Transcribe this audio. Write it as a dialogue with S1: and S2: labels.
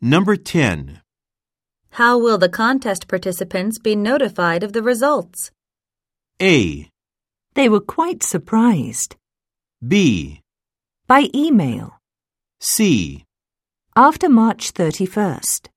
S1: Number 10.
S2: How will the contest participants be notified of the results?
S1: A.
S3: They were quite surprised.
S1: B.
S3: By email.
S1: C.
S3: After March 31st.